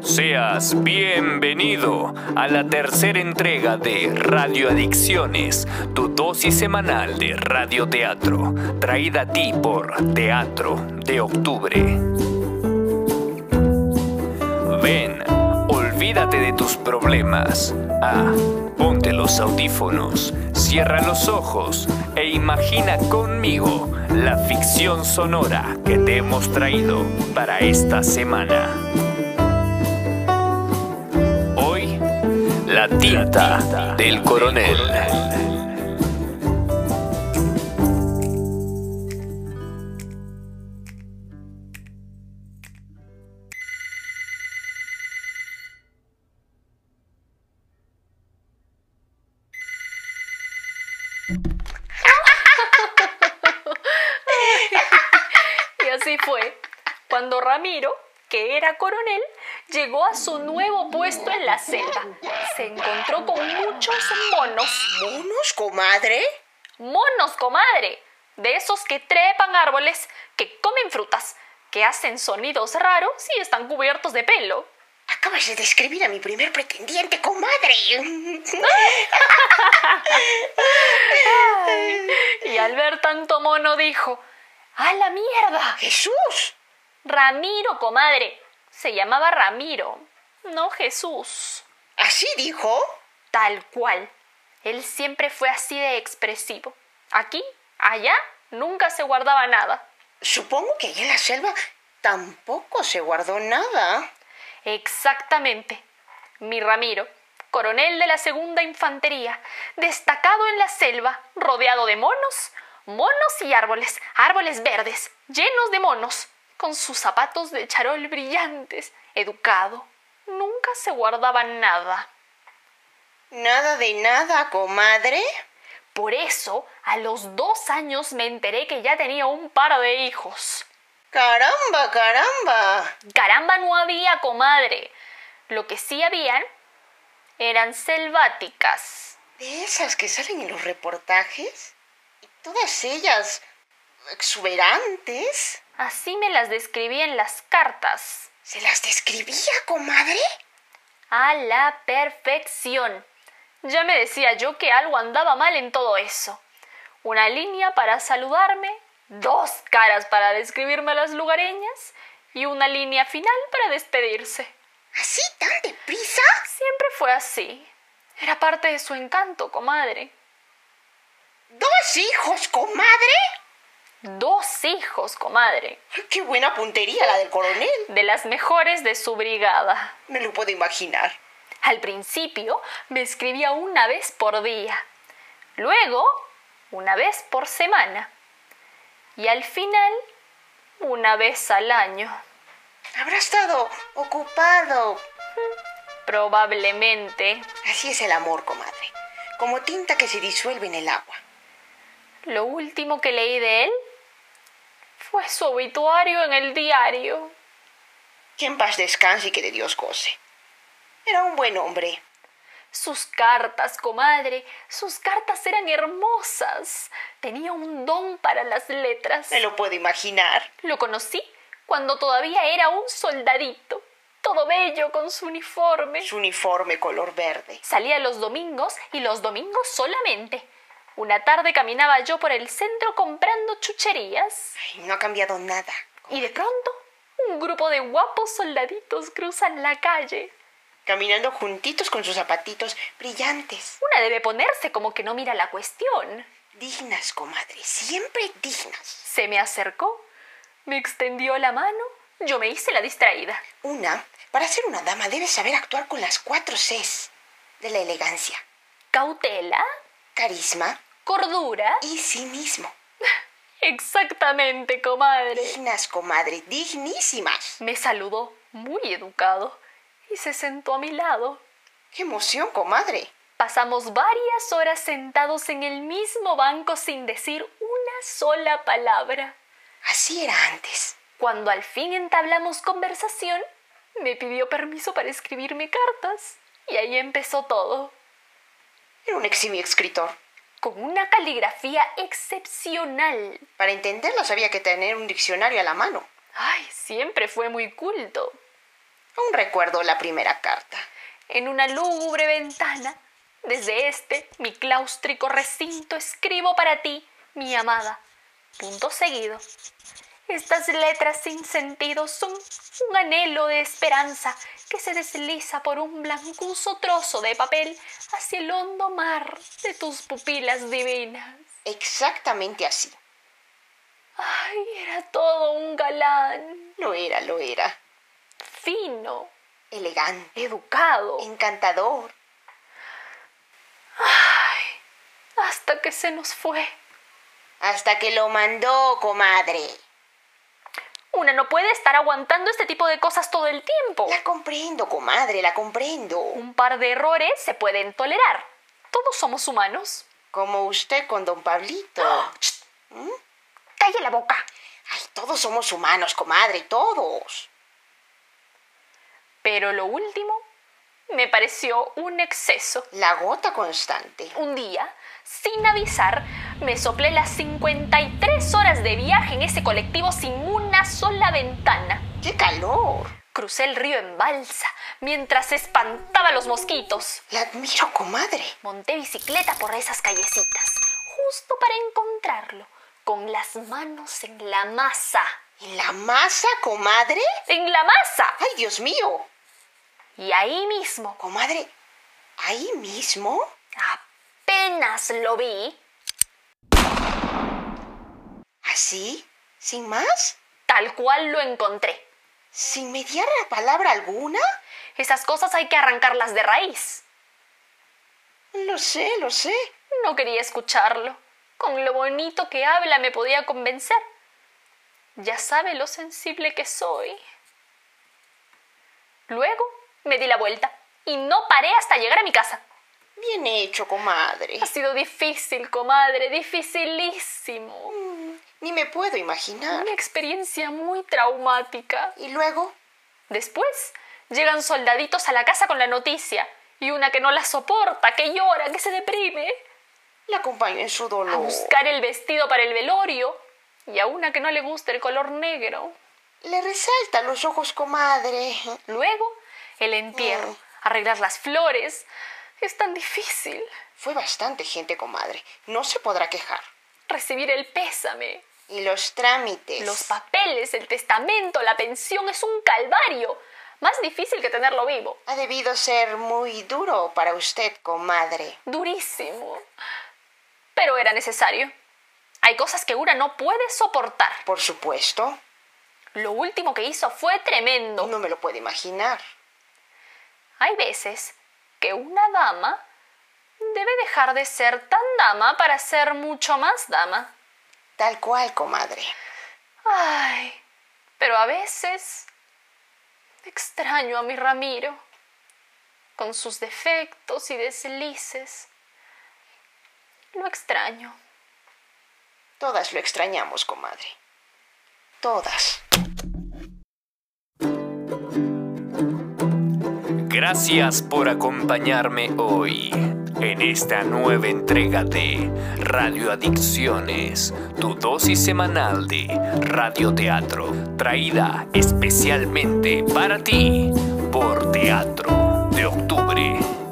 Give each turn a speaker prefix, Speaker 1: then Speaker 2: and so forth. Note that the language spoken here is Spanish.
Speaker 1: Seas bienvenido a la tercera entrega de Radio Adicciones, tu dosis semanal de radioteatro, traída a ti por Teatro de Octubre. Ven, olvídate de tus problemas. Ah, ponte los audífonos, cierra los ojos e imagina conmigo la ficción sonora que te hemos traído para esta semana. Hoy, la tinta del coronel.
Speaker 2: Y así fue cuando Ramiro, que era coronel, llegó a su nuevo puesto en la celda. Se encontró con muchos monos.
Speaker 3: ¿Monos, comadre?
Speaker 2: ¡Monos, comadre! De esos que trepan árboles, que comen frutas, que hacen sonidos raros y están cubiertos de pelo.
Speaker 3: Acabas de describir a mi primer pretendiente, comadre.
Speaker 2: Y al ver tanto mono dijo, ¡A la mierda!
Speaker 3: ¡Jesús!
Speaker 2: Ramiro, comadre. Se llamaba Ramiro, no Jesús.
Speaker 3: ¿Así dijo?
Speaker 2: Tal cual. Él siempre fue así de expresivo. Aquí, allá, nunca se guardaba nada.
Speaker 3: Supongo que allá en la selva tampoco se guardó nada.
Speaker 2: Exactamente. Mi Ramiro, coronel de la Segunda Infantería, destacado en la selva, rodeado de monos, monos y árboles, árboles verdes, llenos de monos, con sus zapatos de charol brillantes, educado. Nunca se guardaba nada.
Speaker 3: Nada de nada, comadre.
Speaker 2: Por eso, a los dos años me enteré que ya tenía un par de hijos.
Speaker 3: Caramba, caramba.
Speaker 2: Caramba, no había comadre. Lo que sí habían eran selváticas.
Speaker 3: De esas que salen en los reportajes. Y todas ellas exuberantes.
Speaker 2: Así me las describí en las cartas.
Speaker 3: ¿Se las describía, comadre?
Speaker 2: A la perfección. Ya me decía yo que algo andaba mal en todo eso. Una línea para saludarme, dos caras para describirme a las lugareñas y una línea final para despedirse.
Speaker 3: ¿Así tan deprisa?
Speaker 2: Siempre fue así. Era parte de su encanto, comadre.
Speaker 3: ¿Dos hijos, comadre?
Speaker 2: Dos hijos, comadre,
Speaker 3: Ah, ¡Qué buena puntería la del coronel!
Speaker 2: de las mejores de su brigada.
Speaker 3: Me lo puedo imaginar.
Speaker 2: Al principio me escribía una vez por día, luego una vez por semana y al final una vez al año,
Speaker 3: Habrá estado ocupado.
Speaker 2: probablemente.
Speaker 3: Así es el amor, comadre. Como tinta que se disuelve en el agua.
Speaker 2: Lo último que leí de él fue su obituario en el diario.
Speaker 3: Que en paz descanse y que de Dios goce. Era un buen hombre.
Speaker 2: Sus cartas, comadre, sus cartas eran hermosas. Tenía un don para las letras.
Speaker 3: Me lo puedo imaginar.
Speaker 2: Lo conocí cuando todavía era un soldadito, todo bello con su uniforme.
Speaker 3: Su uniforme color verde.
Speaker 2: Salía los domingos y los domingos solamente. Una tarde caminaba yo por el centro comprando chucherías
Speaker 3: Ay, no ha cambiado nada.
Speaker 2: y de pronto un grupo de guapos soldaditos cruzan la calle.
Speaker 3: Caminando juntitos con sus zapatitos brillantes.
Speaker 2: Una debe ponerse como que no mira la cuestión.
Speaker 3: Dignas, comadre. Siempre dignas.
Speaker 2: Se me acercó, me extendió la mano, yo me hice la distraída.
Speaker 3: Una, para ser una dama debe saber actuar con las cuatro Cs de la elegancia.
Speaker 2: Cautela,
Speaker 3: Carisma
Speaker 2: cordura.
Speaker 3: y cinismo.
Speaker 2: Exactamente, comadre.
Speaker 3: Dignas, comadre, dignísimas.
Speaker 2: Me saludó, muy educado, y se sentó a mi lado.
Speaker 3: ¡Qué emoción, comadre!
Speaker 2: Pasamos varias horas sentados en el mismo banco sin decir una sola palabra.
Speaker 3: Así era antes.
Speaker 2: Cuando al fin entablamos conversación, me pidió permiso para escribirme cartas, y ahí empezó todo.
Speaker 3: Era un eximio escritor.
Speaker 2: Con una caligrafía excepcional.
Speaker 3: Para entenderlos había que tener un diccionario a la mano.
Speaker 2: Ay, siempre fue muy culto.
Speaker 3: Aún recuerdo la primera carta.
Speaker 2: En una lúgubre ventana, desde este, mi claustrico recinto, escribo para ti, mi amada. Punto seguido. Estas letras sin sentido son un anhelo de esperanza que se desliza por un blancuzo trozo de papel hacia el hondo mar de tus pupilas divinas.
Speaker 3: Exactamente así.
Speaker 2: Ay, era todo un galán,
Speaker 3: Lo era, lo era.
Speaker 2: fino,
Speaker 3: Elegante,
Speaker 2: educado,
Speaker 3: encantador.
Speaker 2: hasta que se nos fue.
Speaker 3: Hasta que lo mandó, comadre.
Speaker 2: Una no puede estar aguantando este tipo de cosas todo el tiempo.
Speaker 3: La comprendo, comadre, la comprendo.
Speaker 2: Un par de errores se pueden tolerar. Todos somos humanos.
Speaker 3: Como usted con don Pablito.
Speaker 2: ¡Ah!
Speaker 3: ¿Mm?
Speaker 2: Calle la boca.
Speaker 3: Ay, todos somos humanos, comadre, todos.
Speaker 2: Pero lo último me pareció un exceso.
Speaker 3: La gota constante.
Speaker 2: Un día, sin avisar, me soplé las 53 horas de viaje en ese colectivo sin una sola ventana.
Speaker 3: ¡Qué calor!
Speaker 2: Crucé el río en balsa mientras espantaba los mosquitos.
Speaker 3: La admiro, comadre.
Speaker 2: Monté bicicleta por esas callecitas, justo para encontrarlo, con las manos en la masa.
Speaker 3: ¿En la masa, comadre?
Speaker 2: ¡En la masa!
Speaker 3: ¡Ay, Dios mío!
Speaker 2: Y ahí mismo,
Speaker 3: Comadre, ¿ahí mismo?
Speaker 2: apenas lo vi,
Speaker 3: ¿Así? ¿Sin más?
Speaker 2: tal cual lo encontré.
Speaker 3: ¿Sin mediar la palabra alguna?
Speaker 2: Esas cosas hay que arrancarlas de raíz.
Speaker 3: Lo sé, lo sé.
Speaker 2: No quería escucharlo. Con lo bonito que habla me podía convencer. Ya sabe lo sensible que soy. Luego me di la vuelta y no paré hasta llegar a mi casa.
Speaker 3: Bien hecho, comadre.
Speaker 2: Ha sido difícil, comadre, dificilísimo.
Speaker 3: Ni me puedo imaginar.
Speaker 2: Una experiencia muy traumática.
Speaker 3: Y luego,
Speaker 2: Después llegan soldaditos a la casa con la noticia y una que no la soporta, que llora, que se deprime,
Speaker 3: la acompaño en su
Speaker 2: a
Speaker 3: dolor.
Speaker 2: buscar el vestido para el velorio y a una que no le gusta el color negro.
Speaker 3: Le resalta los ojos, comadre.
Speaker 2: Luego, el entierro, arreglar las flores. Es tan difícil
Speaker 3: Fue bastante gente, comadre. No se podrá quejar.
Speaker 2: recibir el pésame,
Speaker 3: Y los trámites.
Speaker 2: los papeles, el testamento, la pensión, es un calvario. Más difícil que tenerlo vivo.
Speaker 3: ha debido ser muy duro para usted, comadre.
Speaker 2: Durísimo. Pero era necesario. Hay cosas que una no puede soportar.
Speaker 3: Por supuesto.
Speaker 2: Lo último que hizo fue tremendo.
Speaker 3: No me lo puedo imaginar.
Speaker 2: Hay veces que una dama debe dejar de ser tan dama para ser mucho más dama.
Speaker 3: Tal cual, comadre.
Speaker 2: Ay, pero a veces extraño a mi Ramiro, con sus defectos y deslices. Lo extraño.
Speaker 3: Todas lo extrañamos, comadre. Todas.
Speaker 1: Gracias por acompañarme hoy en esta nueva entrega de Radio Adicciones, tu dosis semanal de radioteatro, traída especialmente para ti por Teatro de Octubre.